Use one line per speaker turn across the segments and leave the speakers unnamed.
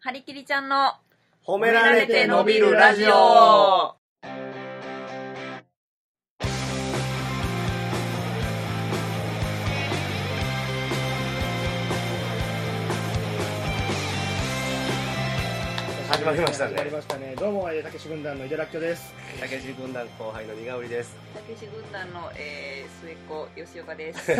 はりきりちゃんの
褒
褒められて伸びるラジオ
始まりました
始まり
ね
ましたね。どうも、えー、たけし軍団の井出らっきょです。
たけし軍団後輩の苦織です
たけし軍団の、えー、末っ子吉岡です
い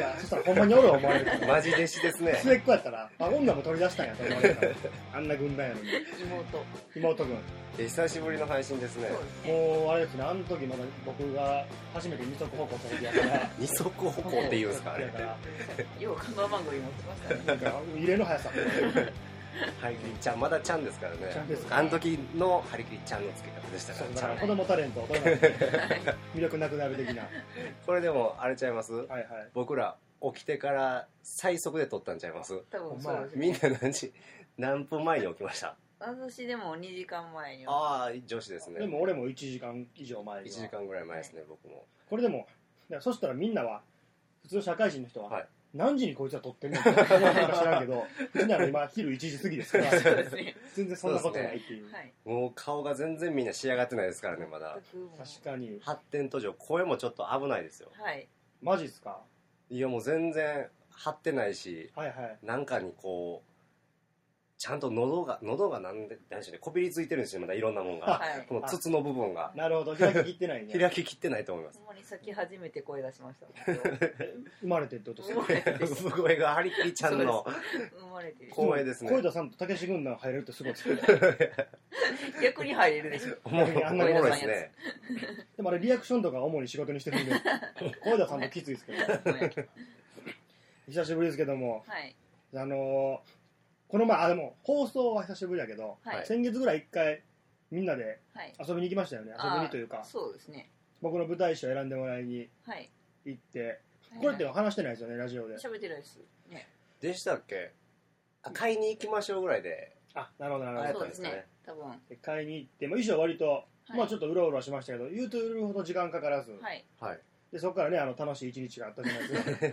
や、そしたらほんまにおる思われるから。
マジ弟子ですね
末っ子やったら、あ、女も取り出したんやと思われるから。あんな軍団やのに。
妹
妹君。
久しぶりの配信ですね
そうですね
もう、あれですね、あの時まだ僕が初めて二足歩行した時やから。
二足歩行って言うんですかあれ
だから
よう看板番組持ってましたね
なんか、入れの 速さ。
ハリキリちゃんまだちゃんですからね
ちゃんですか
あの時のハリキリちゃんの付け方でしたか
そ
ら
う
ち
だ
ゃ
から
ん
子供タレント、 大人の
はい
魅力なくなる的な。はい
これでもあれちゃいます
はい。
僕ら起きてから最速で撮ったんちゃいます
多分そうですね
みんな何時何分前に起きました
私でも2時間前には
ああ女子です
で
ね
も俺も1時間以上前に
1
は
時間ぐらい前ですね僕も
これでも、いやそしたらみんなは、普通の社会人の人は、
はい
何時にこいつは撮ってんのって思うか知らん けど、みんなの今、昼1時過ぎですから、
そうですね
全然そんなことないっていう。
はい
もう顔が全然みんな仕上がってないですからねまだ
全くもう
確かに、
発展途上声もちょっと危ないですよ
はい
マジっすか。
いやもう全然張ってないし
はいはい。
なんかにこうちゃんと喉が喉がなんでなんでしょうねこびりついてるんですよまだいろんなもんが
はい
この筒の部分が
なるほど、開き切ってないね。
開ききってないと思います
ほんまに先初めて声出しました
生まれてってことです か。
すごいがハリキリちゃんの
生まれてる
光栄ですね
小枝さんと武志軍団入れるってすごいですね。
逆に入れるでしょ
おもろおもろいですね
でもあれ、リアクションとか主に仕事にしてる んで、小枝さんもきついですけど、
は
久しぶりですけども、
い
あのーこの前、あ、でも、放送は久しぶりやけど、
はい
先月ぐらい一回、みんなで
はい
遊びに行きましたよね。遊びにというか。
そうですね
僕の舞台賞選んでもらいに
はい
行ってこれって話してないですよねラジオで
喋ってないですね
でしたっけあ買いに行きましょうぐらいで
あなるほどなる
あ
ほ
れ
ど
そうですね多分
で買いに行って、まあ、衣装割と、まあちょ
っ
っとうろうろしましたけど言うと言うほど時間かからず、
はい
はい
でそこからねあの楽しい一日があったじゃない で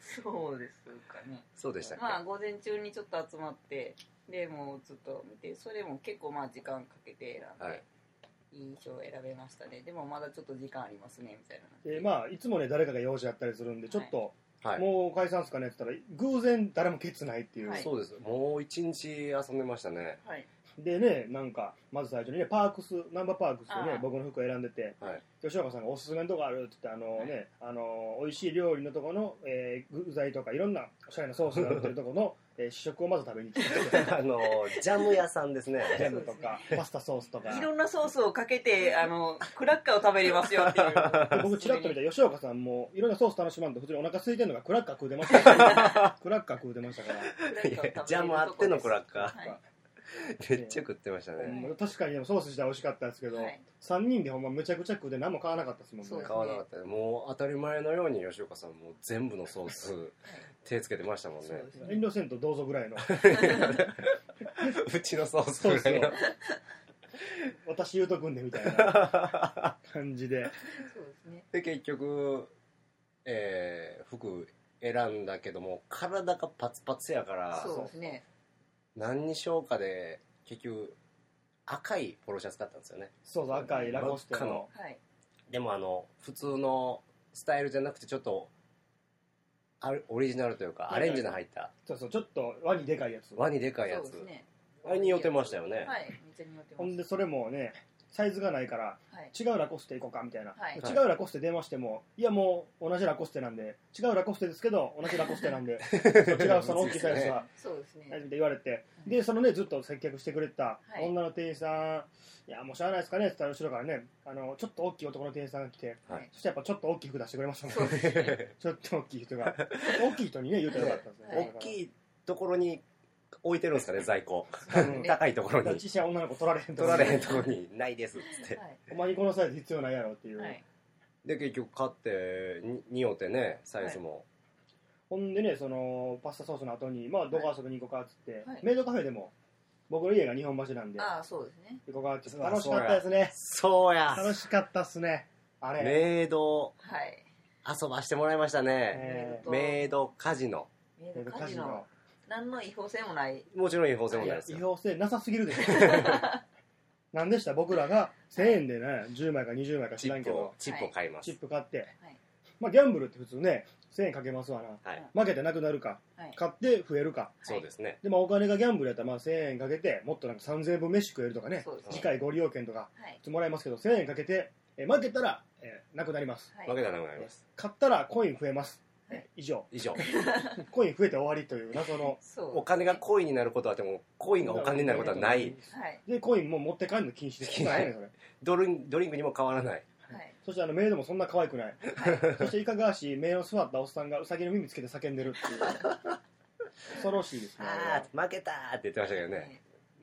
すか
そうですかね
そうでしたっけ、
まあ午前中にちょっと集まってでもうずっと見てそれも結構まあ時間かけて選ん
は
で
い
印象を選べましたねでもまだちょっと時間ありますねみたいな
でまあいつもね誰かが用事あったりするんでちょっと、
はい
もう解散っすかねって言ったら偶然誰もケツないっていう、
はい
そうですもう一日遊んでましたね
はい
でねなんかまず最初にねパークスナンバーパークスで
あ
ね
ー
僕の服を選んでて、
はい
吉岡さんがおすすめのとこあるって言ってあのね、あの美味しい料理のとこの、えー具材とかいろんなおしゃれなソースが売ってるとこの、えー試食をまず食べに来て
あのジャム屋さんですね
ジャムとか、パスタソースとか
いろんなソースをかけてあの クラッカーを食べれますよって いう
で僕ちらっと見たら吉岡さんもいろんなソース楽しまんと普通にお腹空いてるのがクラッカー食うてましたからクラッカー食うてましたから
クラッカーを食べれるとこです
ジャムあってのクラッカー
はい
めっちゃ食ってましたね、
うん確かにでもソース自体美味しかったですけど、
はい
3人でほんまむちゃくちゃ食うて何も買わなかったですもん
そう
ね
です
買わなかったねもう当たり前のように吉岡さんもう全部のソース手つけてましたもん
そう
ね
です
遠
ね
慮せんとどうぞぐらいの
うちのソースぐらいの
そう 私言うとくんでみたいな 感じで
そうですね
で結局えー服選んだけども体がパツパツやから
そうですね
何にしようかで結局赤いポロシャツ買ったんですよね
そうそう赤いラコステ
真っ赤
の
の
はい
でもあの普通のスタイルじゃなくてちょっとあるオリジナルというかアレンジの入った
そうそうちょっとワニでかいやつ
ワニでかいや
そう
つ
ですね
あれに寄ってましたよね
はいめっちゃ似合ってま
ほん
し
でそれもねサイズがないから
たはい
違うラコステ行こうかみたいな、
はい
違うラコステ電話してもいやもう同じラコステなんで違うラコステですけど同じラコステな んでそう違うその大きいサイズは
そうですね
って言われてでそのねずっと接客してくれた
はい
女の店員さん、い、やもうしゃあないですかねって言ったら後ろからねあのちょっと大きい男の店員さんが来て
はい
そしてやっぱちょっと大きい服出してくれましたもん
そうですね
ちょっと大きい人が。大きい人にね、言うたらよかったんです
はい
ね。
大
い。
きいところに置いてるんですかね在庫
多分
高いところに
立ち女の子取られへんと
取
思
ら
う
れへんところにないですっつって
お前にこのサイズ必要ないやろっていう。
はいはい
で結局買ってによってねサイズも、
ほんでね、その、パスタソースの後に、まあ、どこ遊びに行こうかっつって、
はい
メイドカフェでも、僕の家が日本橋なんで、
ああそうですね
行こうかっつって、
そうだ
楽しかったですね。
そうや
楽しかったっすね。あれ。
メイド
はい
遊ばしてもらいましたね、
え
ー
メイドカジノ
メ
ーメイドカジ
カジノ
ノ。
何の違法性もない
もちろん違法性もないです
違
よ。
法性なさすぎるでしょ何でした僕らが1000円でね10枚か20枚か知
チ
らん
ッ
け
プを
ど、
チップを買います
チ。ップ買って
はい
まあギャンブルって普通ね1000円かけますわな
はい。
負けてなくなるか
はい
買って増えるか
そうですね。
でもお金がギャンブルやったらまあ1000円かけてもっとなんか3000円分飯食えるとかね
そうですね
次回ご利用券とか
はい
もらえますけど1000円かけて、えー負けたら、えーなくなります
はい
わけではなくなります。
買ったらコイン増えます、
はい
以上
以上。
コイン増えて終わりという謎の
そう
お金がコインになることはあっても、コインがお金になることはない。
はい
でコインも持って帰るの禁止です
禁止
何やねんそれ
ドリンドリンクにも変わらない。
はい
そしてあのメイドもそんな可愛くない
はい
そしていかがわしい目の座ったおっさんがウサギの耳つけて叫んでるっていう 恐ろしいですね
ああ、負けたーって言ってましたけどね。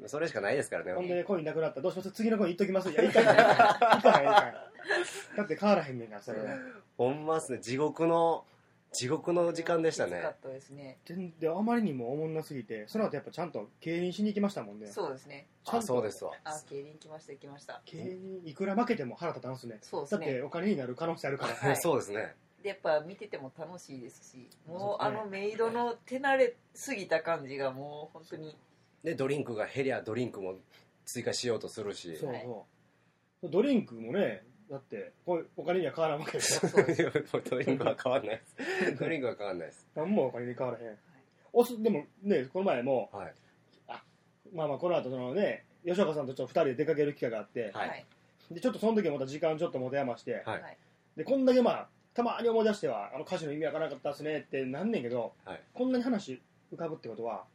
それしかないですから
ほん
ね。
でコインなくなったどうします次のコイン行っときますいや行かない行かない行かないだって変わらへんねんからそれは
ほんまっすね。地獄の、地獄の時間でした
きつ
ね
か。ったですね
全然あまりにもおもんなすぎてその後やっぱちゃんと競輪しに行きましたもんね
そうですね
ちゃん
あ、
と
そうですわ。
あ競輪来ました来ました
競輪いくら負けても腹立たんすね
そうです
だっ
ね
てお金になる可能性あるから
はい
そうですね。
でやっぱ見てても楽しいですしもう
そ
あ
うですね
のメイドの手慣れすぎた感じがもう本当に
で、ドリンクが減りゃドリンクも追加しようとするし。
そう
はい
そうドリンクもねだってこうお金には変わらんわけですよ
ドリンクは変わらない です。ドリンクは変わらないです。
何もお金に変わらへんおすでもねこの前も
はい。
まあまあこの後そのね吉岡さんとちょっと2人で出かける機会があって、
はい
でちょっとその時はまた時間ちょっと持て余して、
はい
はい
でこんだけまあたまに思い出してはあの歌詞の意味わからなかったですねってなんねんけど、
はい
こんなに話浮かぶってことは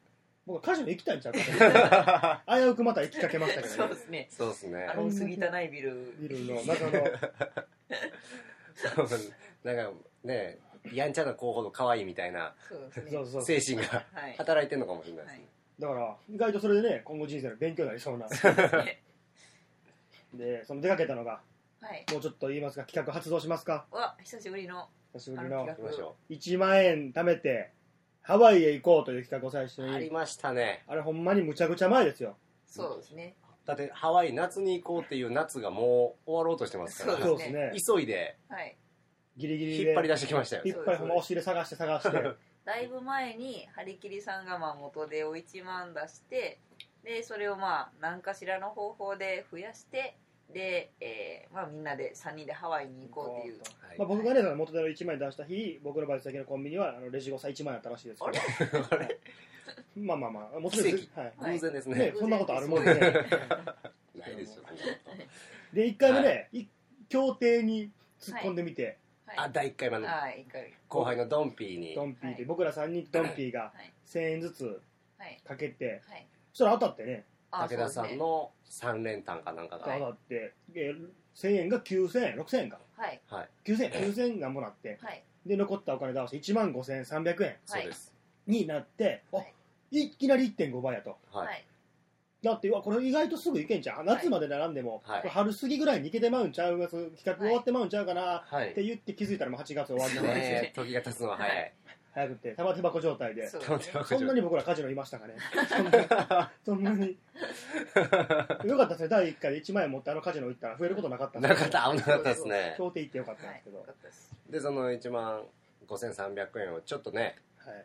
僕は歌詞の行きたいんちゃうか と危うくまた行きかけましたけ
そ
ど
う
ね
ですね
そうですね
あ。の薄汚いビル
ビルの中の
多分なんかねやんちゃな子ほど可愛いみたいな
そうですね
そうそう
精神が
はい
働いてるのかもしれないです
はい
ね、
だから意外とそれでね今後人生の勉強になりそうな
そうですね
でその出かけたのが
はい
もうちょっと言いますか企画発動しますか
わ久しぶりの
久しぶり
あの
の
企
行きましょ
1万円貯めてハワイへ行こうという企画を最初
うあり
に
ましたね
あれほんまにむちゃくちゃ前ですよ
そうですね
だってハワイ夏に行こうっていう夏がもう終わろうとしてますから
そうですね
急いで
はい
ギリギリで
引っ張り出してきましたよ
引っ張りほんま押し入れ探して探して
だいぶ前に張り切りさんがまあ元手を1万出してでそれをまあ何かしらの方法で増やしてで、えーまあ、みんなで3人でハワイに行こうっていう
はい
まあ、僕がねその元手の1枚出した日僕のバイト先のコンビニはあのレジ誤差1枚あったらしいですけど
あれ
あれ
まあまあまあも
奇
はい
はい
偶然ですね
ねそんなことあるもんね
偶然です
ないでしょそんなこと
で1回目ね、い協定に突っ込んでみて、
はい
あ第1回まで
はい一回
後輩のドンピーに
ドンピーで、
はい
僕ら3人ドンピーが
はい
1000円ずつ
はい
かけて
はい
それ当たってね
あ
武田さん
そう
の3連単かなんか
当
が
は
はいい
たって、で1000円が9000円6000円か
ですねはい
9000円9000円がもらって
はい
で残ったお金倒して1万5300円
そうです
になって、あ
はい
いきなり1.5倍やと
はい
はい
だってうわこれ意外とすぐ行けんじゃん夏まで並んでも、
はい
これ春過ぎぐらいに行けてまうんちゃうやつ企画終わってまうんちゃうかな、
はい
って言って気づいたらもう8月終わりなので
ねえ時が経つのは早い
早くて玉手箱状態で
そ
そ
玉
う
で
手
すね
箱
んなに僕らカジノいましたか ねそんなによかったですね第1回で1万円持ってあのカジノ行ったら増えることなかった
なかった、危なかったですね。
協定行ってよかったん
は
で
い
すけど、
よかったです
で、その1万5300円をちょっとね、
はい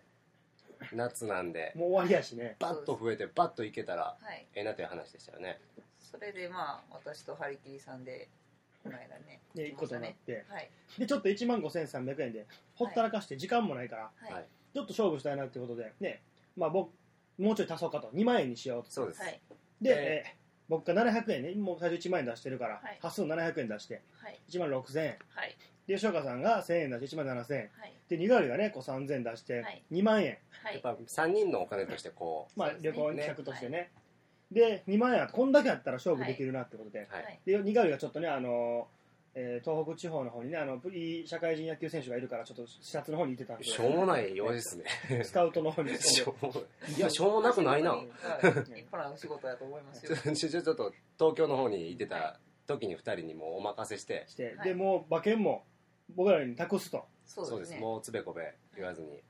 夏なんで、
もう終わりやしね
バッと増えて、バッといけたら、
はい
ええなという話でしたよね。
それでまあ私と張り切りさんでこの間ね
で行くことになって
はい
でちょっと1万5300円でほったらかして時間もないから、
はい
は
はいい
ちょっと勝負したいなってことでねまあ僕もうちょい足そうかと2万円にしようと
そうです。
で、
えー
えー僕が700円ねもう最初1万円出してるから、
はい
端数700円出して
はい
1万6000円
はい
で吉岡さんが1000円出して1万7000円
はい
で二割がねこう3000円出し
は
て
い
2万円、
は
やっ
い
ぱ3人のお金としてこ
まあ
そうで
旅
すね
行に客としてねで2万円はこんだけあったら勝負できるなってことで、
う、はい。
で二割がちょっとねあのえー東北地方の方にねあのいい社会人野球選手がいるからちょっと視察の方に行ってたんで
しょうもない用事ですね。
スカウトの方に
し
行
ょうもない。いや、しょうもなくないな。
はい立派なお仕事だと思います
ちょ
よ
ちょちょっと、東京の方に行ってた時に2人にもうお任せして、
して、
はい
でもう馬券も僕らに託すと
そ
そう
うで
で
す
す。
ね
もうつべこべ言わずに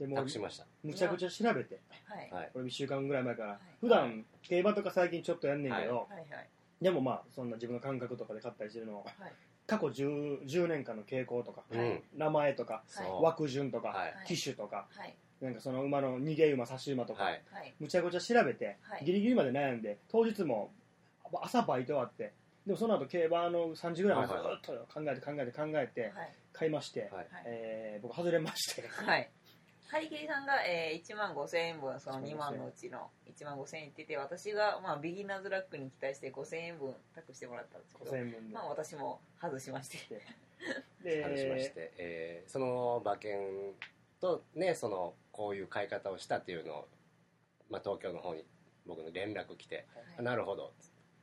でもう
託しました。
むちゃくちゃ調べて
はい
はい。
これ1週間ぐらい前から、
い
普段競馬とか最近ちょっとやんねんけど、
はいはい
でもまあそんな自分の感覚とかで買ったりするのを
はい
過去 10, 10年間の傾向とか
うん。
名前とか
そう。
枠順とか、
はい
はい
機種とか
はい
なんかその馬の逃げ馬差し馬とか、
はい。
はい
むちゃくちゃ調べて、
はい
ギリギリまで悩んで当日も朝バイトあってでもその後競馬の3時ぐらいまでず
はいはい
っと考えて考えて考えて
はい
買いまして、
はい。
はい
えー僕外れまして
はい。ハリケリさんが、えー、1万5000円分、その2万のうちの1万5000円いってて、私が、まあ、ビギナーズラックに期待して5000円分託してもらったんですけ
5000
ど、
円分
まあ、私も外しまして。
で
話しまして、えーその馬券とねそのこういう買い方をしたっていうのを、まあ、東京の方に僕の連絡来て、
はい
なるほど、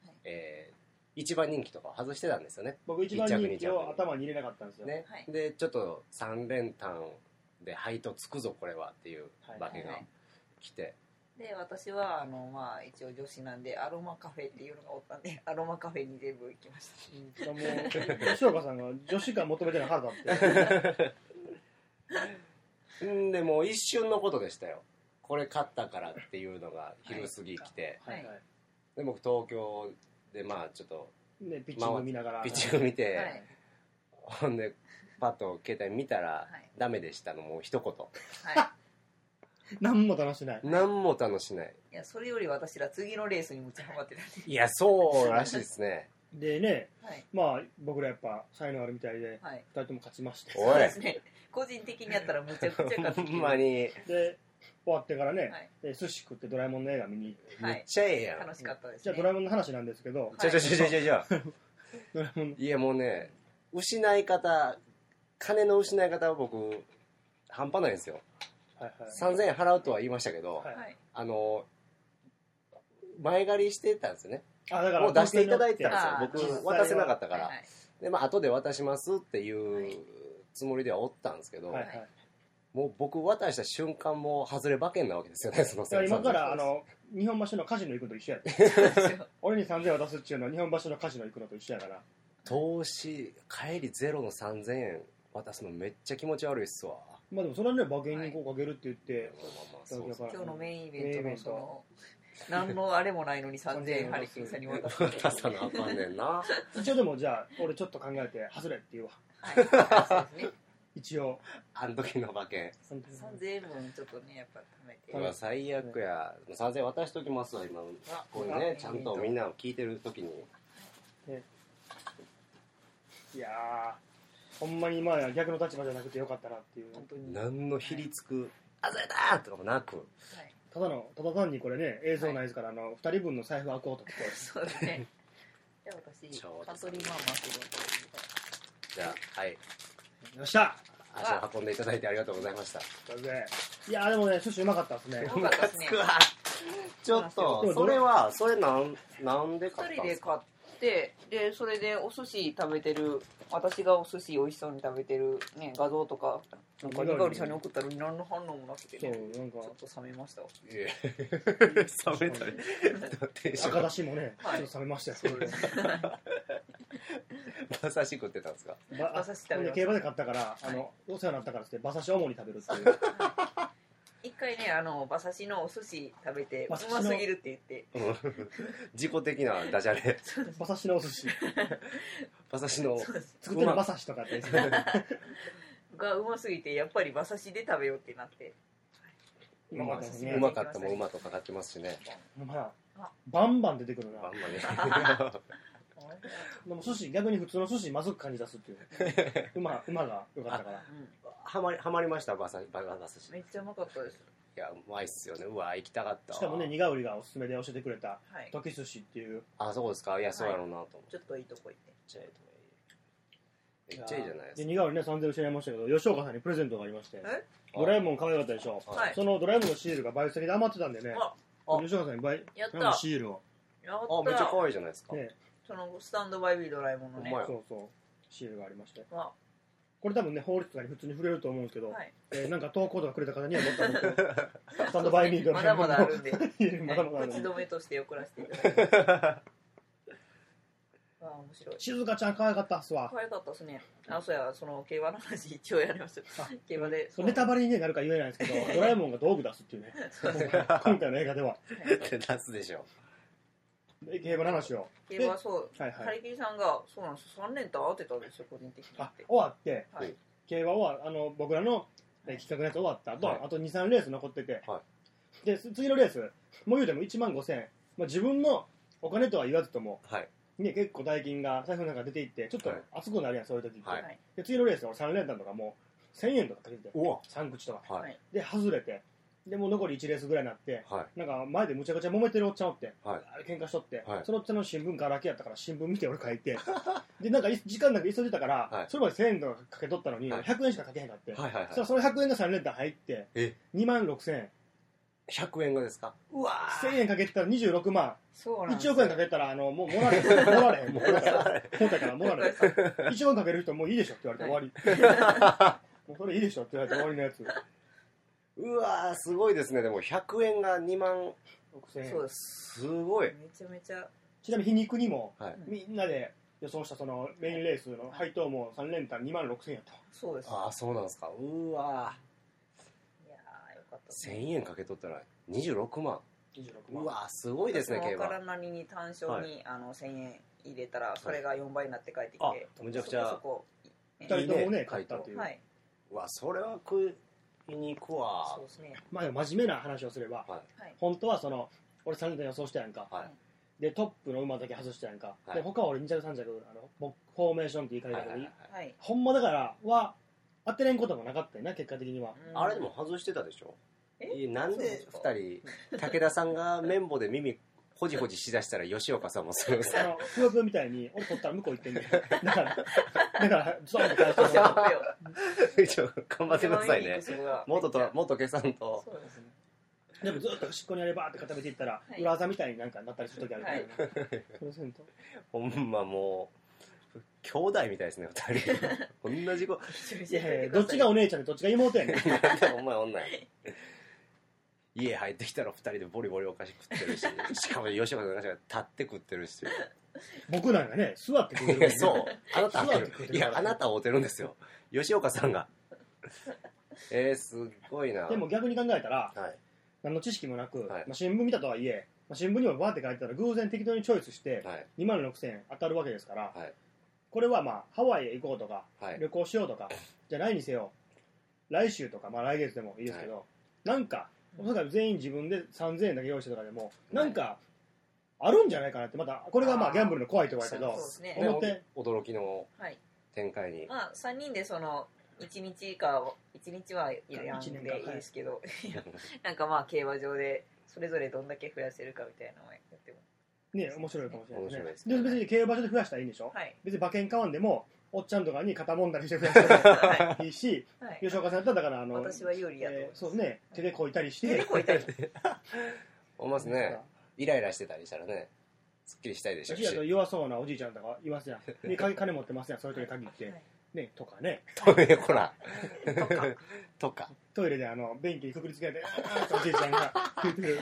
い
えー一番人気とかを外してたんですよね
僕一番人気を頭に入れなかったんですよ、
ね、
はい
でちょっと3連単で配当つくぞこれはっていう馬券
は
が
い
来て、
で、私は、あの、まあ、一応女子なんで、アロマカフェっていうのがおったんで、 アロマカフェに全部行きました。
うんもう吉岡さんが女子感求めてるの腹 立って
んでもう一瞬のことでしたよこれ勝ったからっていうのが昼過ぎ来て、
はい
で僕東京でまあちょっと
ね、ピッチング見ながら
ピッチング見て、
はい。
ほんでパッと携帯見たら
はい
「ダメでした」のもう一言
は
何も楽しない
何も楽しない
い。いや、それより私ら次のレースにむっちゃハマってたんで。
いやそうらしいですね
でね
はい。
まあ僕らやっぱ才能あるみたいで
はい。
2人とも勝ちまして
お
そう
い
ですね。個人的にやったらむちゃくちゃ勝
ほ
って
んまに
で終わってからね、
はい
えー寿司食ってドラえもんの映画見に
は
め
い
っ。ちゃええやん、
楽しかったです
じゃ
ね。
あドラえもんの話なんですけど、
ちょちょちょちょちょちょ
ドラえもんの
いやもうね失い方金の失い方は僕半端ないんですよ
はいはい
3000円払うとは言いましたけど、
はい
はい。
あの前借りしてたんですよね
あだ
もう出していただいてた
あ
ん
ー
ですよ
実際
僕
は
渡せなかったから、
はいはい
でまあ後で渡しますって
はいいう
つもりではおったんですけど、
はいはい
はい
もう僕渡した瞬間もう外れ馬券なわけですよね、その
だから今から
1300
あの日本橋のカジノ行くのと一緒やで 俺に3000円渡すっていうのは日本橋のカジノ行くのと一緒やから
投資、帰りゼロの3000円渡すのめっちゃ気持ち悪いっすわ。
まあでもそれはね馬券にこうかけるって言って、
まあまあまあそう
だ
で
から
今日の
メ
メインイベントのその何のあれもないのに3000円ハリキンさんに渡す
す渡さなあかんねん な。
一応でもじゃあ俺ちょっと考えて外れって言うわ
はいそうですね
一応
あの時の馬券。
3000円分ちょっとねやっぱ貯めて
う
は
わ、最悪や。3000円渡しときますわ、今。これ
はい
ね、ちゃんとみんなを聞いてる時に。
いやーほんまにまあ逆の立場じゃなくてよかったなっていう
本当にはい
何のひりつく、外れたとかもなく。
ただのただ単にこれね映像ないですから、あの2人分の財布開こうと思って
そうですねじゃあ私
ちょうど
カトリーマンマス
じゃあ、はい。
よっしゃ
足を運んでいただいてありがとうございました。
だぜいやーでもね寿司うまかったですね
よかったですね
ムカつくわちょっと、それは、それなん、なんで買
1
っ
人
たんで
です
か
買ってでそれでお寿司食べてる私がお寿司美味しそうに食べてる、ね、画像とかなんか猪狩さんに送ったのに何の反応もなくて
そう
ね
なんか
ちょっと冷めましたわ
いえ冷めたねテンシ
赤
ョ
だ
ン
しもね、
はい
ちょっと冷めましたよ、それで
馬刺し食ってたんですか
ば
馬刺し食べました
ほんで競馬で買ったから、あのお世話になったからっつって、馬刺し主に食べるっていう、
一回ねあの馬刺しのお寿司食べてう
馬
ま
刺しの
すぎるって言って
うん自己的なダジャレ
馬刺しのお寿司、
馬刺しの
そうです
作ってる馬刺しとかって、
がうますぎてやっぱり馬刺しで食べようってなって
うまかったですね
う、まかったも馬とかかってますしね
まあ、バンバン出てくる
バ
な
ン、バ ンね
でも寿司逆に普通の寿司、まずく感じ出 すっていう、馬馬が良かったから、
う
はまりはまりました馬刺し馬馬刺し
ん、めっちゃうまかったです
いやうまいっすよねうわ行きたかったわ
しかもね、苦織がおすすめで教えてくれた、
はい
時寿司っていう、
あそうですかいやそうやろうなと思っ
ちょっといいとこ行って
ちゃいめっちゃいいじゃないです
で
か
苦織ね、3000円失いましたけど、吉岡さんにプレゼントがありまして、
え
ドラえもん可愛かったでしょ、
はい
そのドラえもんのシールがバイト先で余ってたんでね、
あ
あ
吉岡さんにバイ
やっ
ド
た
ラえもんのシールを。
や
あ
っ
めっちゃ
た
可愛いじゃないですか
ね
そのスタンドバイビードラえもんのね
ほんまや
そうそうシールがありまして
あ
これ多分ね法律とかに普通に触れると思うんですけど、
はい
えーなんか投稿とかくれた方にはもっと もっとスタンドバイミード
まだまだあるんで
シール まだまだあ
打
る
ち
んで
止めとして送らせていただきますあ面白い
静香ちゃん可愛かったっすわ
可愛かったですねあそうやその競馬の話一応やりました
あ
競馬で
ネタバレにねなるから言えないんです けどドラえもんが道具出すっていうね今回の映画では
出すでしょ
で競馬の話を
競馬はそう
はい
ハ
はい
リキリさんがそうなんです3連単当てたんですよ個人的に
あ
って
終わって
はい
競馬はあの僕らので企画のやつ終わった後、
はい
あと2、3レース残ってて、
は
で、す次のレース、もう言うても1万5千円。まあ、自分のお金とは言わずとも、
はい。
ね、結構代金が財布なんか出ていって、ちょっと
はい
熱くなるやん、そういう時って。
はい
はい
で、次のレース、俺3連単とかもう1000円とかかけてて、
お
3口とか。
はい。
で、外れて、で、もう残り1レースぐらいになって、
はい。
なんか前でむちゃくちゃ揉めてるおっちゃんおって、
はい
あれ喧嘩しとって、
はい
そのおっちゃんの新聞ガラケーやったから新聞見て俺書い てでなんかい時間なんか急いでたから、
はい
それまで1000円とかかけとったのに、
はい
100円しかかけへんかって、
はいはいは
そしたらその100円が3連単入って
え
2万6000円
い。100円がですかうわ
1000円かけてたら26万
そうなんです
1
よ
億円かけたらあのもうもられへんもられへん もうだからもられへん1億円かける人もういいでしょって言われて終わりもうそれいいでしょって言われて終わりのやつ
うわーすごいですね。でも100円が2万、
6000円
そうです
すごい。
めちゃめちゃ
ちなみに皮肉にも
はい。
みんなで予想したそのメインレースの配当も3連単2万6000円やった
そうです
ああ、そうなんですか。うわ
いやーよかった
ー1000円かけとったら26万。
26万
うわーすごいですね、競
私も
馬
わか。らなりに単勝に、
は
あの1000円入れたらそれが4倍になって帰ってきて、
あめちゃくちゃ
そこそこ
2人とも
いい
ね
ね
買ったっていう、
はい、
うわ、それは食いに行くわ
そう。ですね
まあでも真面目な話をすれば
はい。
はい
本当はその俺3連単予想したやんか
はい。
でトップの馬だけ外したやんか、
はい
で他は俺2着3着あのボフォーメーションって言い
はい
方
は
で、
いはいは
は
い。
い、
ほんまだからは当てれんこともなかったよな結果的には
うん
あれでも外してたでしょ
え
いやなんで
そうなん
2人、武田さんが綿棒で耳ほじほじしだしたら吉岡さんもするん です
あのふよふよみたいに俺取ったら向こう行ってんね んだからだからズドンと返しても
シャ
らう
ープよ
よ頑張ってくださいね。元と、元家さんと。
そうですね
でもずっと端っこにやればーって固めていったら、
はい
裏技みたいになんかなったりする時あるから、
はい
それせ んと
ほんまもう、兄弟みたいですね、二 人。同じ子。
一緒にし
いやい
て
や
くださ
どっちがお姉ちゃんでどっちが妹やねん
なんでお前女や。家入ってきたら二人でボリボリお菓子食ってる し、しかも吉岡さんが立って食ってるし。
僕なんかね座ってくれ
い
る
や そう。あなた合って
座って食って
る。
る
いや、あなた合ってるんですよ。吉岡さんが。えー、すっごいな。
でも、逆に考えたら
はい。
何の知識もなく、
はい
まあ、新聞見たとはいえ、まあ、新聞にもバーって書いてたら偶然適当にチョイスして
はい。
2万6000円当たるわけですから、
はい
これはまあハワイへ行こうとか
はい。
旅行しようとかじゃないにせよ来週とか、まあ、来月でもいいですけど、なんかおそらく全員自分で3000円だけ用意してとかでも、なんかあるんじゃないかなってまたこれがま
あ
あ
ー
ギャンブルの怖いところやけ
そう
ど
ですね
ね
思って
お驚きの
はい
展開に。
まあ3人でその1日か1日はやん
一
で
年か
いいですけど、いやなんかまあ競馬場でそれぞれどんだけ増やせるかみたいなのをやっても
ね面白いかもしれな
面
いですね
白いです
で
ね
別に競馬場で増やしたらいいんでしょ、
はい
別に馬券買わんでもおっちゃんとかに肩もんだりして増やした
は
らい いし
い、はい、
吉岡さんやったらだからあの
私は有利やと思い
え
ま
ー
す、
そうね手でこいたりして
手でこいたり
思いますね。イライラしてたりしたらね、すっきりしたいでしょう
私だと
し。
弱そうなおじいちゃんとか いますやん、ね、金金持ってますやんそういう時に限ってねとかね
ほら。とか。
トイレであの便器にくくりつけられて「あーっておじいちゃ んが言ってる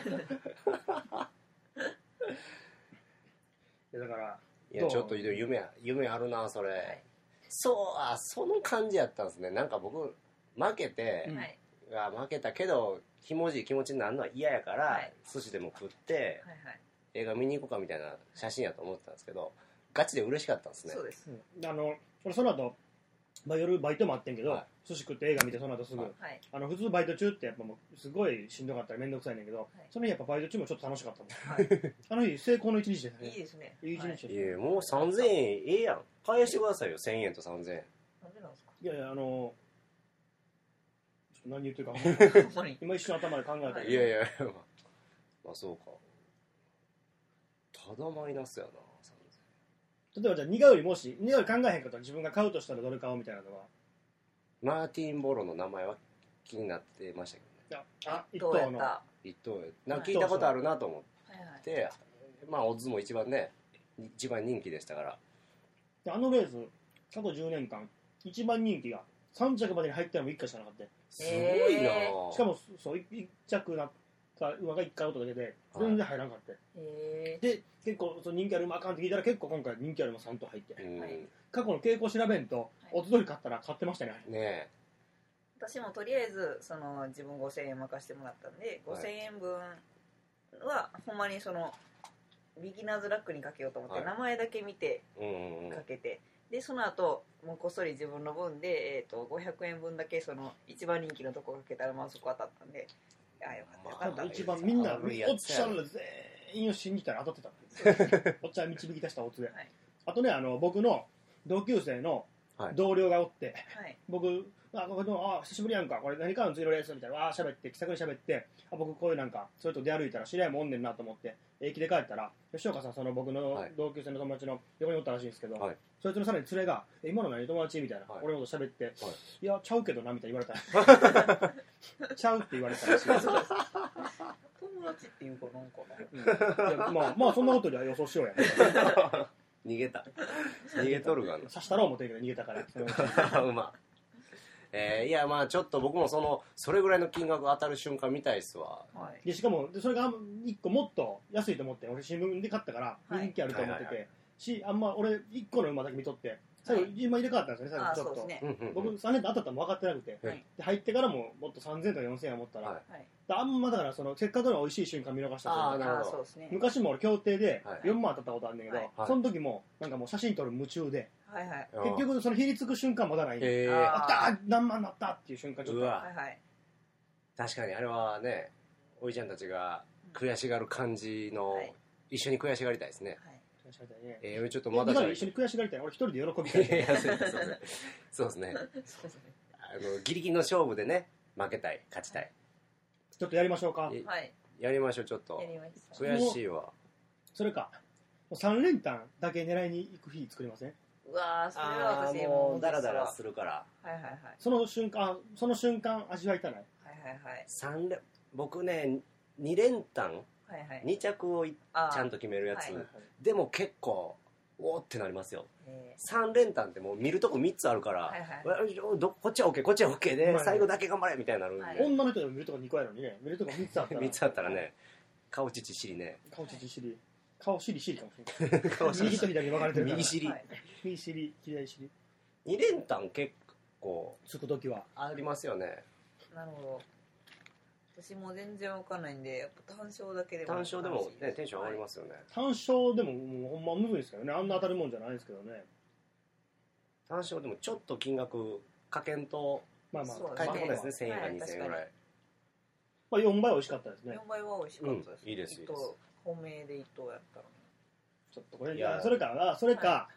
いやだから
いや、ちょっと夢、夢あるな、それ。そう、あ、その感じやったんですね。なんか僕、負けて、
うん
はい
あ負けたけど、ひもじい気持ちになるのは嫌やから、
はい
寿司でも食って、
はいはい
映画見に行こうかみたいな写真やと思ってたんですけど、ガチで嬉しかったんですね
そ。うです
うんあの俺その後、まあ夜バイトもあってんけど、
は
寿司食って映画見てその後すぐ、
はい
はい
あの普通バイト中ってやっぱもうすごいしんどかったり面倒くさいねんけど、その日やっぱバイト中もちょっと楽しかったもん
はい
あの日成功の一日で
いい
ね
ですね。
いい一
はい
日
い
で、
や、もう3000円ええやん。返してくださいよ、1000円と3000円。
なんでなんですか。
い、やいやあのちょっと何言ってるか
ほんまに。
今一瞬頭で考えたけど
いやいや、まあそうか。ただマイナスやな、
例えばじゃあ似顔絵もし似顔絵考えへんかったら自分が買うとしたらどれ買おうみたいなのは
マーティン・ボロの名前は気になってましたけどね。
いやあ一
どうや
等
っ
の
た。は
一等やなんか聞いたことあるなと思っ
いはい。
て、まあオッズも一番ね、一番人気でしたから。
であのレース過去10年間一番人気が3着までに入ったのも1回しかなかったよ
すごいな、
え
しかもそうい一着なった馬が1回打っただけで
はい
全然入らなかったよ、
ええ。
で結構その人気ある馬あかんって聞いたら結構今回人気ある馬3頭入って
うん、
はい
ね
過去の傾向調べんとおととい買ったら買ってましたね
え。
私もとりあえずその自分5000円任してもらったんで
はい
5000円分はほんまにそのビギナーズラックにかけようと思って
はい
名前だけ見て
うんうんうん
かけてでその後もうこっそり自分の分で、えー、と500円分だけその一番人気のとこかけたらまあそこ当たったんであよかったよかった
まあ
一番みんな、
悪いや
おっ
つ
ちゃ
や
んら全員を信じたら当たってた。おっちゃん導き出したおつで。
い
あとね、あの、僕の同級生の
はい
同僚がおって、
はい
僕、あ、これでもあ久しぶりやんか、これ何かのツイロレースみたいな、あー喋って、気さくに喋って、あ、僕こういうなんか、それと出歩いたら知り合いもおんねんなと思って、駅で帰ったら、吉岡さん、その僕の
はい
同級生の友達の横におったらしいんですけど、
はい
そいつのさらに連れが、え今の何友達みたいな、
はい
俺のこと喋って、い、や、ちゃうけどな、みたいな言わ れた。ちゃうって言われたらしい。
友達っていうかなんかな
うんいやまあ、まあ、そんなことでは予想しようや、ね。
逃げた逃げとるがな
刺したら思ってるけど逃げたから。そのうち
うまえーいやまあちょっと僕もそのそれぐらいの金額当たる瞬間見たいっすわ
はい
でしかもでそれがあん1個もっと安いと思って俺新聞で買ったから
はい
人気あると思って
はいは
てしあんま俺1個の馬だけ見とって最後
はい
今入れ替わったんですよね
あ
最
そ
後
う
ち
です
ょっと
ね
うんうん
僕3連単当たったの分かってなくて
はい
で入ってからももっと3000とか4000円思ったら、
はい
はい
あんまだからそのせっかくの美味しい瞬間見逃したという
あ
か
なるほど
あそうですね
昔も俺協定で
はい
4万当たったことあるんだけど、
はい
はい
その時もなんかもう写真撮る夢中で
はいはい
うん
結局そのひりつく瞬間まだないんで
えー
あ
あったー何万なったっていう瞬間ちょっ
う
と
わ
はいはい
確かにあれはねおいちゃんたちが悔しがる感じの、
はい
一緒に悔しがりたいですね
はい
ね
えー、ちょっと
いや
まだ
だ
じ
か
ゃ
ら
あ
一緒に悔しがりたい俺一人で喜びたい
いやそうですそうですそうですね
そうですね
あのギリギリの勝負でね負けたい勝ちたい
ちょっとやりましょうか
え
はい
やりましょうちょっと
やりました
悔しいわ
それかもう3連単だけ狙いに行く日作りません
うわーそれは
あ
私
ーもうダラ
だ
ダラ
ら
するから
はいはいはい
その瞬間その瞬間味わいたない
はいはい
三連僕ね2連単
はいはいはい
2着をい
あ
ちゃん
と
と決めるやつ、
はい
でも結構おーってなりますよ
え
3連単ってもう見るとこ3つあるか
ー
ら、
はいはい
わどこっちは OK こっちは OK で、
はいはい
最後だけ頑張れみたいになるんで、
はい
女の人でも見るとこ2個やのにね見るとこ3つあったら
3つあったらね顔ちちし りね
顔ちりしり顔しりしりかもしれ
顔
ない右と左に分かれてるから
右しり、
はい
右しり左しり
2連単結構
つく時は
ありますよね
なるほど私も全然わかんないんでやっぱ単勝だけでも
単勝でも
楽しい
ね
す
テンション上がりますよね、
単勝でももうほんまむずいですけどねあんな当たるもんじゃないですけどね
単勝でもちょっと金額かけんと
まあまあ
そう
書い
ね
てこないですね
は
1000
いは
円か
い
2000円ぐらい
まあ、4倍美味しかったですね
4倍は美味しかったです、
うんいいですいい
一
です
等本命で一等やったら
ちょっとこれ
いや
それかあそれか、
は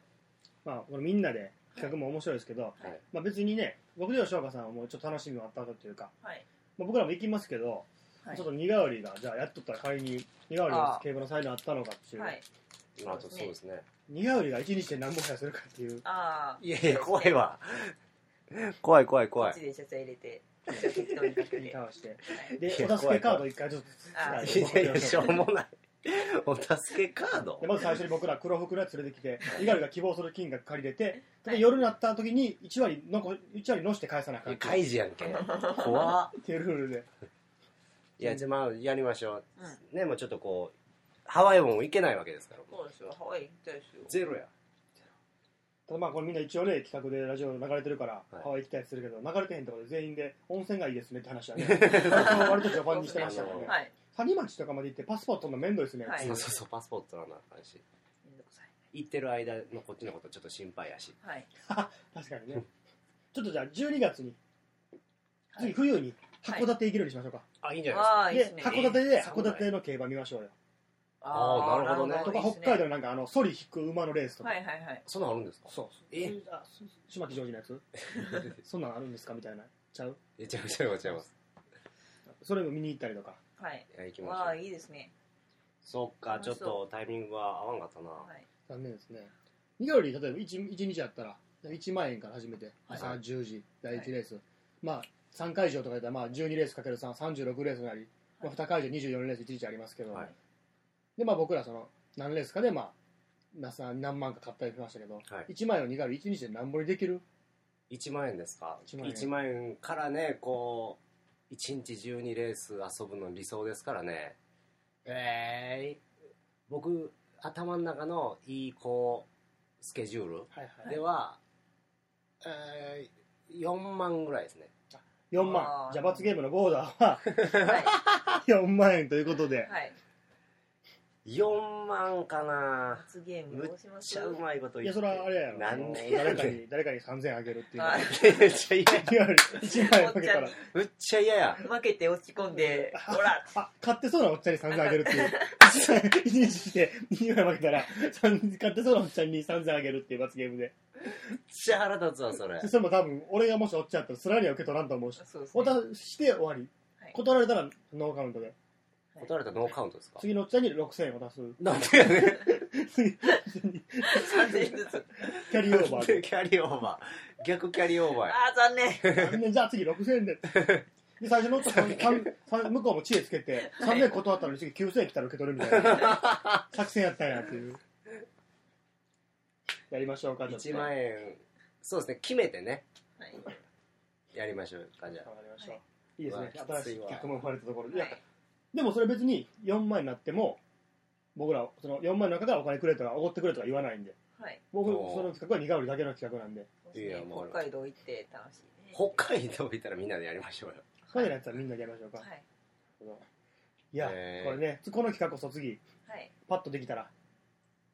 まあこれみんなで企画も面白いですけど、
い
まあ別にね僕では翔歌さんはもうちょっと楽しみもあったというか、
はい
まあ、僕らも行きますけど、
はい
ちょっと苦織がじゃあやっとったら仮に苦織
あ
が
あ
競馬の才能あったのかっていう、
はい
まあそうですね
苦織が1日で何本やするかっていう
あ
いやいや怖いわ怖い怖い
あ
怖
こっ
い
ちでちゃちゃ入れて適当にかけ
いい
て
顔して
はい
で
いや
お助けカード1回ちょっと
ああ
いやいやしょうもないお助けカ ード
でまず最初に僕ら黒服のやつ連れてきて苦織が希望する金額借りれて
は
で
い
夜になった時に1割のこ1割のして返さなあか
い
ん
や
っていう
開示やんけ怖っ
っていうルールで
いやじゃあまあやりましょ
うん
うねもうちょっとこうハワイも行けないわけですから
そうですよハワイ行きたいですよ
ゼロや
ただまあこれみんな一応ね企画でラジオ流れてるから、
はい
ハワイ行きたいするけど流れてへんところで全員で温泉がいいですねって話 はね割と序盤にしてましたからね
はい
谷町とかまで行ってパスポート取るの面倒ですね、
はい
そうそうそうパスポートなの話
めんどくさい
行ってる間のこっちのことちょっと心配やし
はい
確かにねちょっとじゃあ12月に
はい
次冬に函館行けるようにしましょうか、
あいいんじゃないですか
ああいいですね
函館で
えー
函館の競馬見ましょうよ
あーなるほどね
とか北海道のなんかあのソリ引く馬のレースとか、
はいはいはい
そんなんあるんですか
そう
え
あそ島木ジョージのやつ そんなんあるんですかみたいなちゃう
えちゃうちゃうちゃいます
それも見に行ったりとか
はい
いや行きましょ
わあ
う
いいですね
そっかちょっとタイミングは合わんかったな
はい
残念ですね2より例えば 1, 一日やったら1万円から始めて
はい
朝10時、第1レース、まあ3会場とかやったらまあ12レースかける336レースになり、まあ、2会場24レース1日ありますけど、
はい
でまあ僕らその何レースかでまあなさ何万か買ったりしましたけど、
はい
1万円を2より1日で何ぼにできる
1万円ですか
1万円
1万円からねこう1日12レース遊ぶの理想ですからねええ僕頭の中のいいこうスケジュール
はい
では、えー4万ぐらいですね
4万
あー
じゃ あ 罰ゲームのボーダーは
はい
4万円ということで、
はい
4万かな
罰ゲーム
むっ
どうしま
ち
す
ゃうまいこと
い
言
や、
って
それはあれやろ。
な
あ
ん
の
でやね
誰
ん
かに、誰かに3000あげるっていう。
はい
めっちゃ嫌や
いわゆる1万円かけた
おっ
ら
ち。
むっちゃ嫌や
負けて落ち込んで ほら
あ、買ってそうなおっちゃんに3000あげるっていう。1日 して2万円負けたら、3000買ってそうなおっちゃんに3000あげるっていう罰ゲームで。
むっちゃ腹立つわそれ
でそれも多分、俺がもしおっちゃんやったら、すらには受け取らんと思うし。
そうですね
渡して終わり
はい。
断られたらノーカウントで。
断られたらノーカウントですか
次のおっちゃんに6000円 渡す。
なんでやねん
次
3円ずつ
キャリーオーバーで。
キャリーオーバー逆キャリーオーバーや
ああ残念
でじゃあ次6000円で。で、最初のおっちゃんさんさん向こうも知恵つけて、3000円断ったのに次9000円来たら受け取るみたいな。 作戦やったんやっていう。やりましょうか、ちょっと
1万円そうですね決めてね
はい
やりましょうかじゃあ
わかりました。、
はい
いですね。
うわ
新
き
しい
ついわ
企画も生まれたところで。い
は
や
い、
でもそれ別に4万になっても、僕ら、その4万の中からお金くれとか、おごってくれとか言わないんで。
はい
僕、
おー
その企画は苦売りだけの企画なんで。
そう
い
で
や
すね
もう
北海道行って楽しいね
北海道行ったらみんなでやりましょうよ
彼らのやつはみんなでやりましょうか。
はい
いや、
えー
これね、この企画こそ次、
はい
パッとできたら、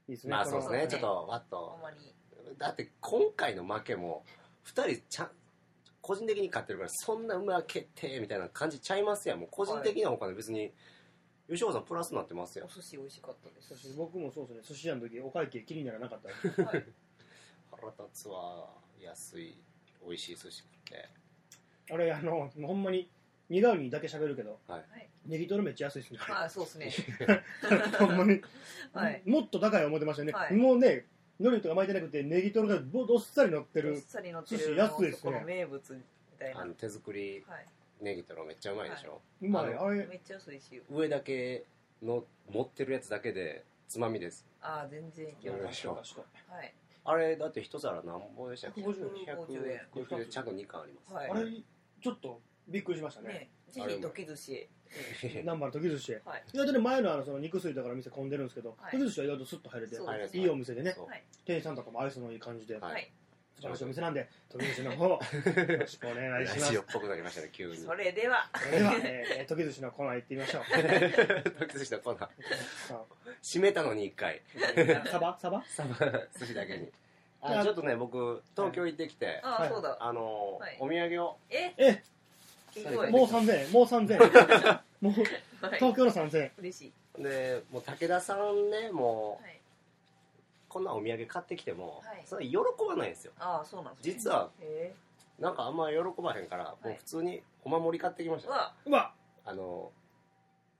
いいですね。
まあそうですね
そうです
ちょ
ね
っとわっと
ほんまに
だって今回の負けも2人ちゃん個人的に勝ってるからそんな負けてみたいな感じちゃいますやんもう個人的なお金別に吉岡さんプラスになってますやん
お寿司美味しかったで
そ
す
して僕もそうですね、寿司屋の時、お会計気にならな かったです。
はい
腹立つわ安い美味しい寿司食って
あれ、あの、ほんまに、苦売りにだけ喋るけど、
はい
い
ネギトロめっちゃ安いですね。
まあそうですね
ほんまに。
はい
もっと高い思ってましたよね、
はい
もうね海苔とか巻いてなくてネギトロがぼどっさり乗って
どっ
る
さり乗ってる
寿司安いですね
この名物みたいな
あの手作り
はい
ネギトロめっちゃうまいでしょ、
うまい
あ
あれ
めっちゃ安いし
上だけの持ってるやつだけでつまみです
ああ全然いけ
や
ま
りましょう
すはい
あれだって一皿何本でしたっけ
150
150
円
150でちゃんと2貫あります、
はい
あれちょっとびっくりしましたね
ねぜひ時々へ
南原時寿司へ
はい
意外とね前のあのその肉水とかの店混んでるんですけど、
はい
時寿司は意外とスッと入れて
そう
あれです
いいお店でね
そう
はい
店員さんとかも愛想のいい感じで、
はい
はい
素晴らしいお店なんで時寿司の方よろしくお願いしま
ラ
す
ジオっぽくなりましたね急に
それでは
それでは、えー、時寿司のコーナー行ってみ ましょう
時寿司のコーナー
さ
閉めたのに一回
あサバサバ
サバ 寿司だけに
い
あ
や
ちょっとね僕東京行ってきて、
あ
は
あ
い
そうだ
あのー
はい
お土産を
え
え
すごい
もう3000円もう3000円 もう
はい
東京の3000円
嬉しい
でもう武田さんねもう、
はい
こんなお土産買ってきても、
はい
それ喜ばないんですよ
ああそうなんですね
実は
へ
なんかあんま喜ばへんから、
い
もう普通にお守り買ってきま
え
した、
うわ
うわ
あの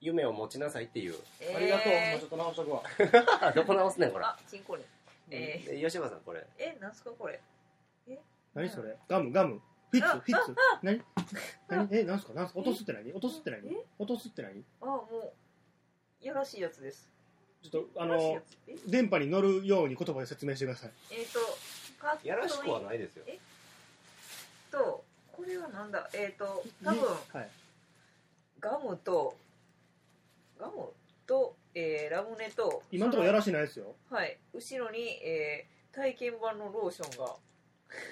夢を持ちなさいっていう
ええ
ありがとう、もうちょっと直しとくわ
どこ直すねんこれ
あチンコリンえ
で吉岡さんこれ
ーえなんすかこれ
何それガムガムフィッツ
あ
フィッツ何
あ
何え何すか何すか落とすって何落とすって何
え
落とすって何
ああもうよろしいやつです
ちょっとあ
よろしい
の
やつえ
電波に乗るように言葉で説明してください
えーとカットイン
やらしくはないですよ
えとこれはなんだえーと多分
はい
ガムとガムと、えーラムネと
今のところやらしないですよ
そのはい後ろに、えー体験版のローションが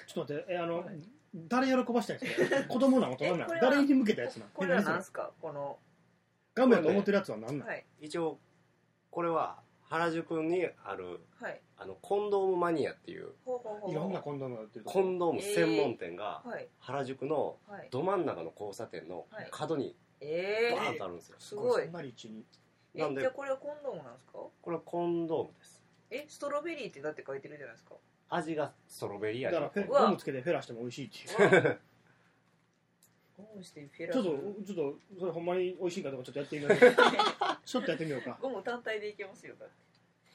ちょっと待ってえあの
はい
誰喜ばしたいんですか 子供なん大人な
え
ん
これは
誰に向けたやつなん
こ
え
れは
何そ
何
れ
すかこの
ガムやと思ってるやつは何なん
はい
一応これは原宿にある
はい
あのコンドームマニアっていう
ほうほうほう
いろんなコンドームが売ってるとこ
コンドーム専門店が
はい
原宿の
はい
ど真ん中の交差点の
はい
角に
え
バ
ー
ーンとあるんですよ、
すごい
これそんな立地に
え
なんで
じゃあこれはコンドームなんですか
これはコンドームです
えストロベリーってだって書いてるじゃないですか
味がストロベリー
だから
味
フェ
うわ
ゴムつけてフェラしても美味しいっていう
ゴムしてフェラ
ちょっとちょっとそれほんまに美味しいかどうかちょっとやって みようかちょっとやってみようか
ゴム単体でいけますよだって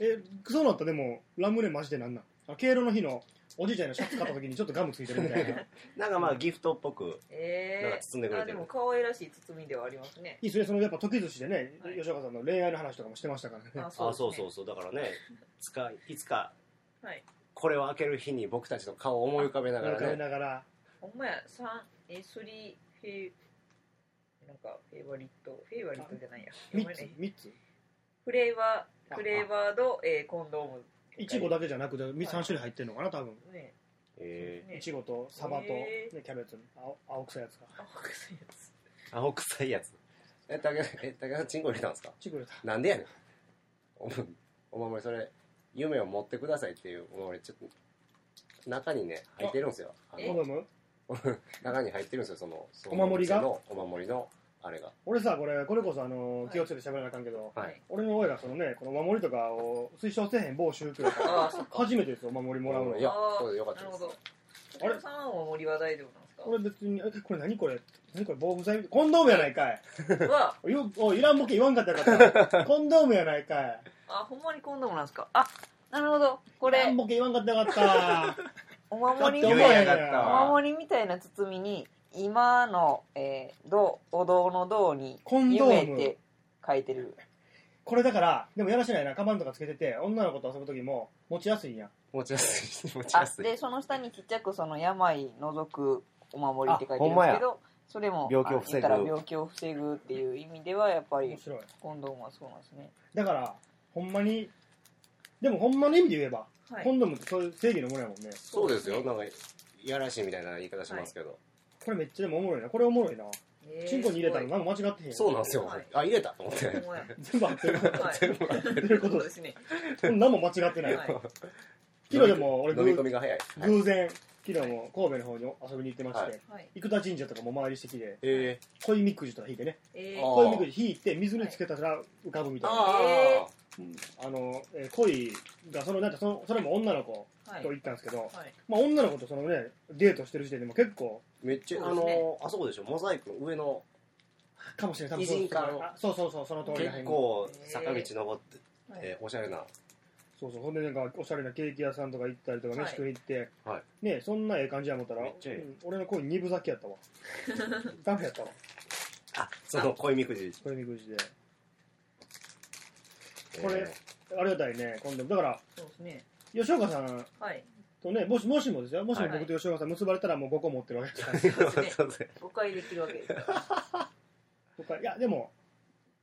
えそうなったらでもラムネマジでなんなんあ敬老の日のおじいちゃんのシャツ買った時にちょっとガムついてるみたい ない
なんかまあギフトっぽくなん
え
か包んでく
ー、
れ
あ
て
で
る
も可愛らしい包みではあります ね
いっすねそのやっぱ時々でね、
はい
吉岡さんの恋愛の話とかもしてましたからね
あ
あ
そ
そうう
ですね
そうそうだからねつかいつか
はい
これを開ける日に僕たちの顔を思い浮かべなが
浮からべ
ね
ながら
ほんまや3え3フェなんかフェイバリットフェイバリットじゃないや
3
読め
つ
ない
三つ
フレーバ
あ
ーフレーバード、えー、コンドーム
いちごだけじゃなくて3種類入ってるのかな多分
ね
え
ね
いちごとサバと、
へ
ね
ー
キャベツの青青臭いやつか
あくさいやつ
ー、青臭いやつえ武田え武田さんチンコ入れたんですか
チンコ入れた
なんでやねんお守りお守りそれ夢を持ってくださいっていうお守りちょっと中にね入ってるんですよあ
え
の
頼む
中に入ってるんですよそのその
お守りが
店のお守りのあれが
俺さこれこれこそあの
はい
気をつけて喋らなあかんけど、
はい
俺の親がそのねこのお守りとかを推奨せへん某宗教やか
あ
ら
あそっか
初めてですよお守りもらうの
いや
あー
これでよかっ
な
た
る
で
ほ
す
どお父さんは森は大丈夫
俺別にえこれ何これ何これ防腐剤コンドームやないかい
なんですかは
よおいいらんボケ言わんかったよかっ たコンドームやないかい
あほんまにコンドームなんですかあなるほどこ
こいら
れ
んボケ言わんかったよかった
お守り
言
み
え
たいな
やがったわ
お守りみたいな包みに今の、えー、どうお堂の堂に
コンド
夢
ー
っ
ム
て書いてる
これだからでもやらしないなカバンとかつけてて女の子と遊ぶ時も持ちやすいんや
持ちやすい持ち
あ
やすい
でその下にちっちゃくその病除くお守りって書いてるんですけどそれも
病気を防ぐ
あ言ったら病気を防ぐっていう意味ではやっぱ
面
り
白い
コンドームはそうなんですね
だからほんまにでもほんまの意味で言えば、
は
コンドームってそういう正義のものやもんね
そうですよなんかいやらしいみたいな言い方しますけど、
これめっちゃでもおもろいなこれおもろいなチンコに入れたら
な
何も間違ってへんやん
そうなんですよ、
はい
あ入れたと思って
全部合ってる
全部入って
と
る
いうことで
ですね
何も間違ってない
はい
昨日でも俺
飲み込みが早い、はい
偶然昨日も神戸の方に遊びに行ってまして、
は
はい
生田神社とかもお参りしてきて
え
恋みくじとか引いてね
えー
あー
恋みくじ引いて水につけたら浮かぶみ
ー、
たいな
あ
え
あ
うんあの、えー恋がそのなんかそのそれも女の子
はい
と行ったんですけど、
はい
まあ、女の子とそのねデートしてる時点でも結構
めっちゃ、
そ
あ
うですね
のあそこでしょモザイクの上の
かもしれない
擬人化の
そうそうそうその通りら
結
へん
構
えー
坂道登って、
はい
えーおしゃれな
そうそうほんでなんかおしゃれなケーキ屋さんとか行ったりと
は
か
い
飯食いに行って、
は
ねそんなええ感じや思ったら
めっちゃええ
うん俺の恋二分咲き やったわダメやったわ
あその恋みくじ、
恋みくじで
えー
これありがたいね今度だから
そうですね
吉岡さん
はい
とねもしもしもですよもしも
はい
僕と吉岡さん結ばれたらもう5個持ってるわけですから
そうですね
そう ですね
誤解できるわけですから
僕はいやでも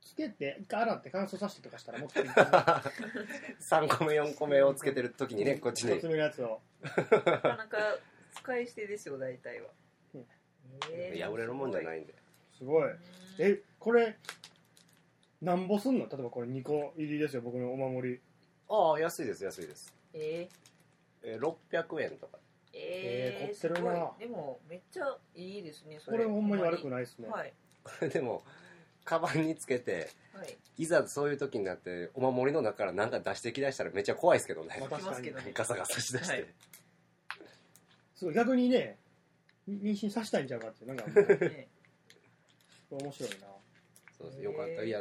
つけて一回洗って乾燥させてとかしたらもっといいかな
3個目4個目をつけてる時にねこっちに
一つ目のやつを
なかなか使い捨てですよ大体は
うん
えー
いや俺のもんじゃないいんです
ごい
え
えこれなんぼすんの例えばこれ2個入りですよ僕のお守り
ああ安いです安いです、
えー
えー、600円とか
えー
えー凝ってるな
すごいでもめっちゃいいですねそ
こ
れ
れほんまに悪く
い
ないですね、
はい
これでもカバンにつけて
はい
いざそういう時になってお守りの中からなんか出してきだしたらめっちゃ怖いですけどね
まあ
きますけどね
ガサガサしだして、
はい
すごい逆にねに妊娠させたいんちゃうかっていうなんかも
ね
う面白いな
そうですよかった
へー
いや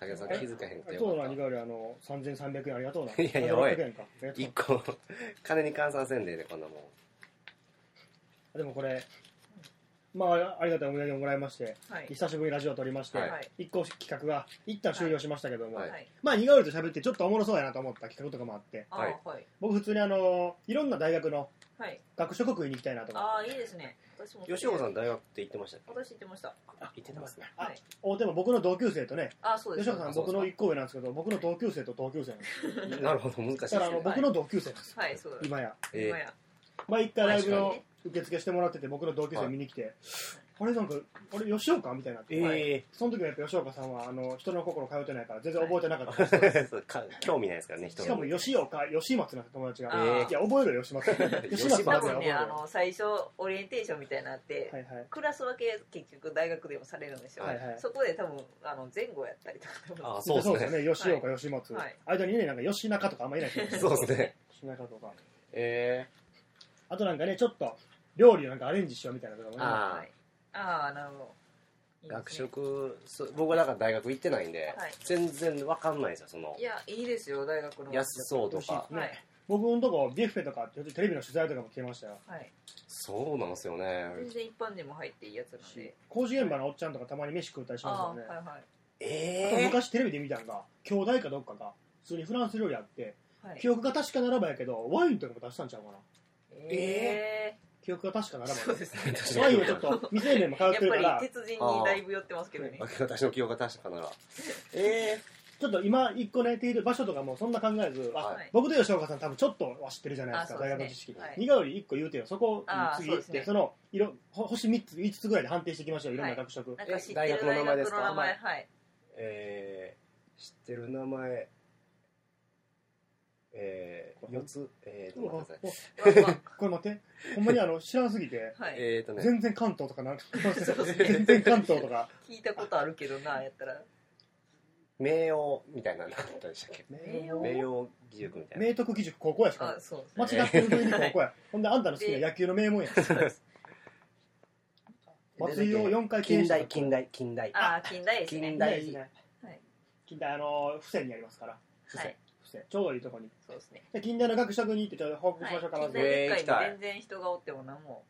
武田さん気づかへんくて
そ
よ
うな
かっ
に
た
かよりあの3300円ありがとうな
いやいやおい
3600円かありがとう
1個金に換算せんでええねこんなもん
あでもこれまあありがたいお土産をもらいまして
はい
久しぶりにラジオを撮りまして、
はい
一個企画が一旦終了しましたけども、
はい
はい
まあ似顔絵と喋ってちょっとおもろそうやなと思った企画とかもあって
あー
はい
はい
僕普通にあのいろんな大学の
はい
学食食いに行きたいなとか
ああいいですね私も
吉岡さん大学って行ってましたっけ
私言ってました
行ってたんですね
あ
はい
おでも僕の同級生とね
あーそうです
吉岡さん
あそうで
僕
すか
の一個上なんですけど僕の同級生と同級生なんです
なるほど難しいで
だ
す
からあ
ね
の僕の同級生なんです
はいそうだ
今や
え
今や
毎回ライブ
確
の
か
受付してもらってて僕の同級生見に来てあれなんかあれ吉岡みたいになって、
ーえ
その時はやっぱ吉岡さんはあの人の心通ってないから全然覚えてなかった、
ーそうか興味ないですからね人
しかも
の
吉岡吉松なんて友達が、
あー
いや覚えろよ 吉松吉松
多
だけ
分
は覚えろ
ね
よ
あの最初オリエンテーションみたいなのあって
はいはい
クラス分け結局大学でもされるんですよ
はいはい
そこで多分あの前後やったりとか多分
あーそうですね
よね吉岡、吉松、
はい
間にねなんか吉中とかあんま いないですよね
そうですね
吉中とか
え
あとなんかねちょっと料理をなんかアレンジしようみたいなとかも
ー、
ね
あ
はいああなるほどいい
ー
ですね
学食そう僕はだから大学行ってないんで、
はい
全然わかんないですよその
いやいいですよ大学の
安そうとか
う
はい
僕のとこビュッフェとかあってテレビの取材とかも来てましたよ
はい
そうなんですよね
全然一般人も入っていいやつなんで
工事現場のおっちゃんとかたまに飯食ったりします
あ
よね
あはいはい
あと
え
昔テレビで見たんが兄弟かどっかが普通にフランス料理あって
はい
記憶が確かならばやけどワインとかも出したんちゃうかな
え
記憶が確かなら
そうで
ば
すね
す
ワインはちょっと未成年も通っ
や
てるか
っぱ
ら
り鉄人にだいぶ寄ってますけどね
ー、私の記憶が確かならえ
ちょっと今一個ねている場所とかもそんな考えず、あ
はい
僕と吉岡さん多分ちょっとは知ってるじゃないですか
あそう
大
ですね
学の知識
はい
似顔絵一個言うてよそこ
あー
次
そう
行
で
っ
す
てそ,、
ね
の色ほ星3つ5つぐらいで判定していきましょういろんな
はい
学食、
なんか知ってる大学の名前はい
えー、知ってる名前え
こ
ー、
れ
四つえー、と
う
待っ
わ
てください
お
うわ
これ待ってほんまにあの知らんす ぎて
はい、
えーとね
全然関東とかなんか
そうです
全
ね
然関東とか
聞いたことあるけどなやったら
名王みたいなのだったでしたっけ
明
王
名王義塾みたいな
明徳義塾高校やし
あ
か
そうです
も間違ってる上に高校やほんであんたの好きな野球の名門や松井を4回経営
近
した
代近代近代
ああ近代ですね
近
近代
代
ですね
はい
近代あの布施にありますから
はい
布施ちょうどいいとこに
そうですね、
で近代の学食に行ってちょっと報告
は
し
い、
ましょうかま
近
ず
代
ええ行
一
きた
回
い
に全然人がおっても何も、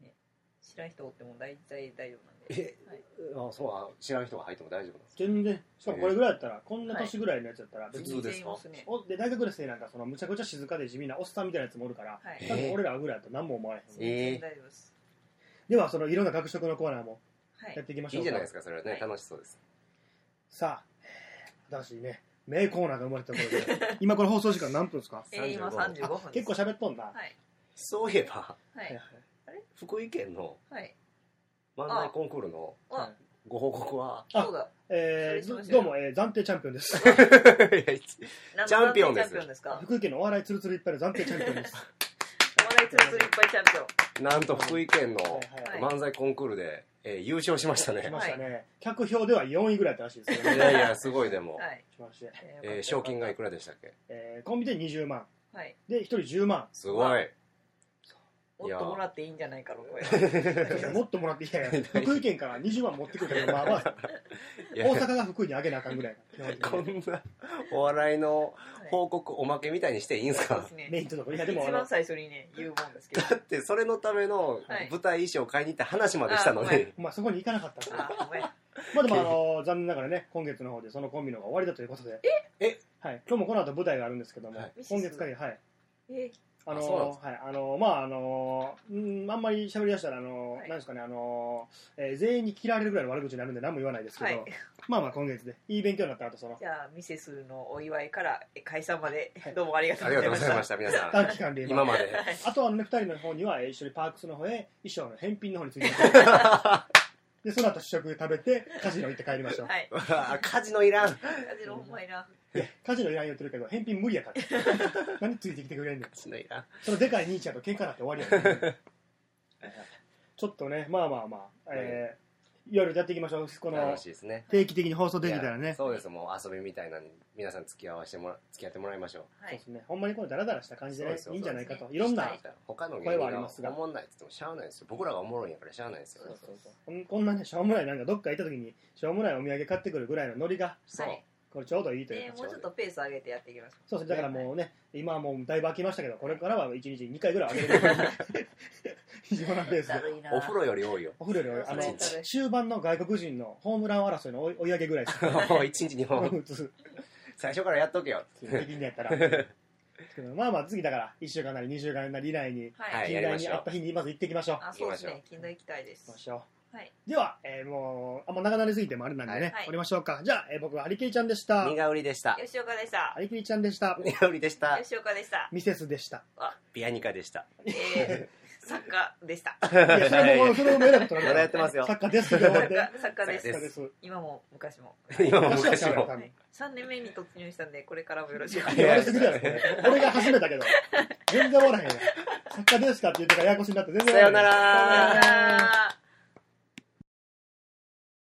ね、知らん人おっても大体大丈夫なんで
えあそうあ知らん人が入っても大丈夫なんです
全然しかもこれぐらいやったらこんな年ぐらいのやつやったら
普
別
通で
に
すか
全員いますね
おで大学の生なんかそのむちゃくちゃ静かで地味なおっさんみたいなやつもおるから
はい
え
多分俺らぐらいだと何も思われへん
え
全然大丈夫です、
ではそのいろんな学食のコーナーも
はい
やっていきまし
い
ょ
いうじゃ
か
ないですかそれはね、
はい
楽しそうです
さあ新しいね名コーナーが生まれたところで今この放送時間何分ですか
えー、今
35
35分で
結
す
構喋っとんな、
はい
そういえば
は
はい
い
福井県の
はい
漫才コンクールの
あ
ご報告は
あ
そうだ失
えー、
礼しまし
ど
た
どうも、えー、暫定チャンピオンです
なん
チャンピオンです
チャンピオンですか
福井県のお笑いつるつるいっぱいの暫定チャンピオンです、
お笑いつるつるいっぱいチャンピオン
なんと福井県
は
の
いはい
い
漫才コンクールで、えー優勝しました
来
ね
ましたね、客票では4位ぐらいだったらしいです
い
けどね
やいやすごいでも、
はい、
しまして、
え
えー賞金がい
く
くらでしたっけ
えー、コンビで20万
はい
で1人10万
すごい
も
い
っ
や
ともらっていいんじゃないかろ これ
いやもっともらっていいやん福井県から20万持ってくるからまあまあ
いや
大阪が福井にあげなあかんぐらいの基
こ
本的に
んなお笑いの
はい
報告おまけみたいにしていいんす
そう
か
ですね
メインとのとこいやでもあ
一
の
番最初にね言うもんですけど
だ ってそれのための
はい
舞台衣装買いに行った話までしたの
あごめ
に
ん
お前そこに行かなかったな
あごめん
まあでもあの残念ながらね今月の方でそのコンビの方が終わりだということで
ええ
はい、今日もこの後舞台があるんですけども、
はい
今月限りはい
え
あの
あそうなんです
はいあのまああのうんあんまり喋りだしたらあの、
はい
なんですかねあの、えー全員に嫌われるぐらいの悪口になるんで何も言わないですけど、
はい
まあまあ今月でいい勉強になったなとその
じゃあミセスのお祝いからえ解散まで
はい
どうもありがと
あ
う
り
ご
が
ざ
と
いう
ご
まし
ざい
た
ました皆さん
短期間で
今まで
あとはね、2人の方にはえー一緒にパークスの方へ衣装の返品の方につい てで、その後試食食べて、カジノ行って帰りましょう。
はい
あカジノいらん
カジノほんまいな、
いや、カジノいらん言ってるけど、返品無理やから。 何ついてきてくれんねん
カ。ジノいらん
そのでかい兄ちゃんと喧嘩なって終わりやから、ちょっとね、まあまあまあ、えー、いろいろやっていきましょう。この
楽しいですね
定期的に放送できたら
いや
ね。
そうですもう遊びみたいなのに皆さん付き合わせてもら付き合ってもらいましょう
は
そう
い
ですね。ほんまにこのダラダラした感じで
そう
ね
です、よ
いいんじゃないかと
そ。う
い
ですね
ろんな、
はい
他の芸
声は
人
ありますが
がおもんないって言ってもしゃあないですよ僕らがおもろいんやからしゃあないですよ
そうそうそうこんこんなね、しょうもない、なんかどっか行った時に、しょうもないお土産買ってくるぐらいのノリが、
そう
はい
これちょうどいいという
で
か。
もうちょっとペース上げてやっていきましょ
そうですね、だからもうね、今はもうだいぶ飽きましたけど、これからは1日2回ぐらい上げるように 非常なペー
う
ス
だ
で。
るいな
お風呂より多いよ
お風呂より、あの
そうそうそ、
う
終盤の外国人のホームラン争いの追い追い上げぐらいです。
一日二本
普通
最初からやっとけよ
的に やったら。けどまあまあ次だから、1週間なり2週間なり以内に、
は
はいいや
近
り
代
まし
に
ょう
あった日にまず行ってきましょう。
あそうです
行きましょ
ね
う
近代行きたいです
行きましょう。
はい
では、えーもう、あんま長なりすぎてもあれなんでね、
はい
終わりましょうか。じゃあ、えー僕はハリケイちゃんでした。
身が売りでした
吉岡でした
ハリケイちゃんでした。
身が売りでした
吉岡でした
ミセスで した。
ピアニカで した
えー、作家でした
いや、それも、それも偉いことな
ま
い
だやってますよ
作家ですけ
作
ど、
家
で
作家です
作家
す。
今も昔も
今も
昔は
昔
ちゃうよ
も
多分
ね3年目に突入したんでこれからもよろしくお
いや
願
悪
いし
すぎるやろこれ俺が始めたけど全然おらへんやん作家ですかって言ってからややこしになって全然
さよな
ら
ます
ら
さよなら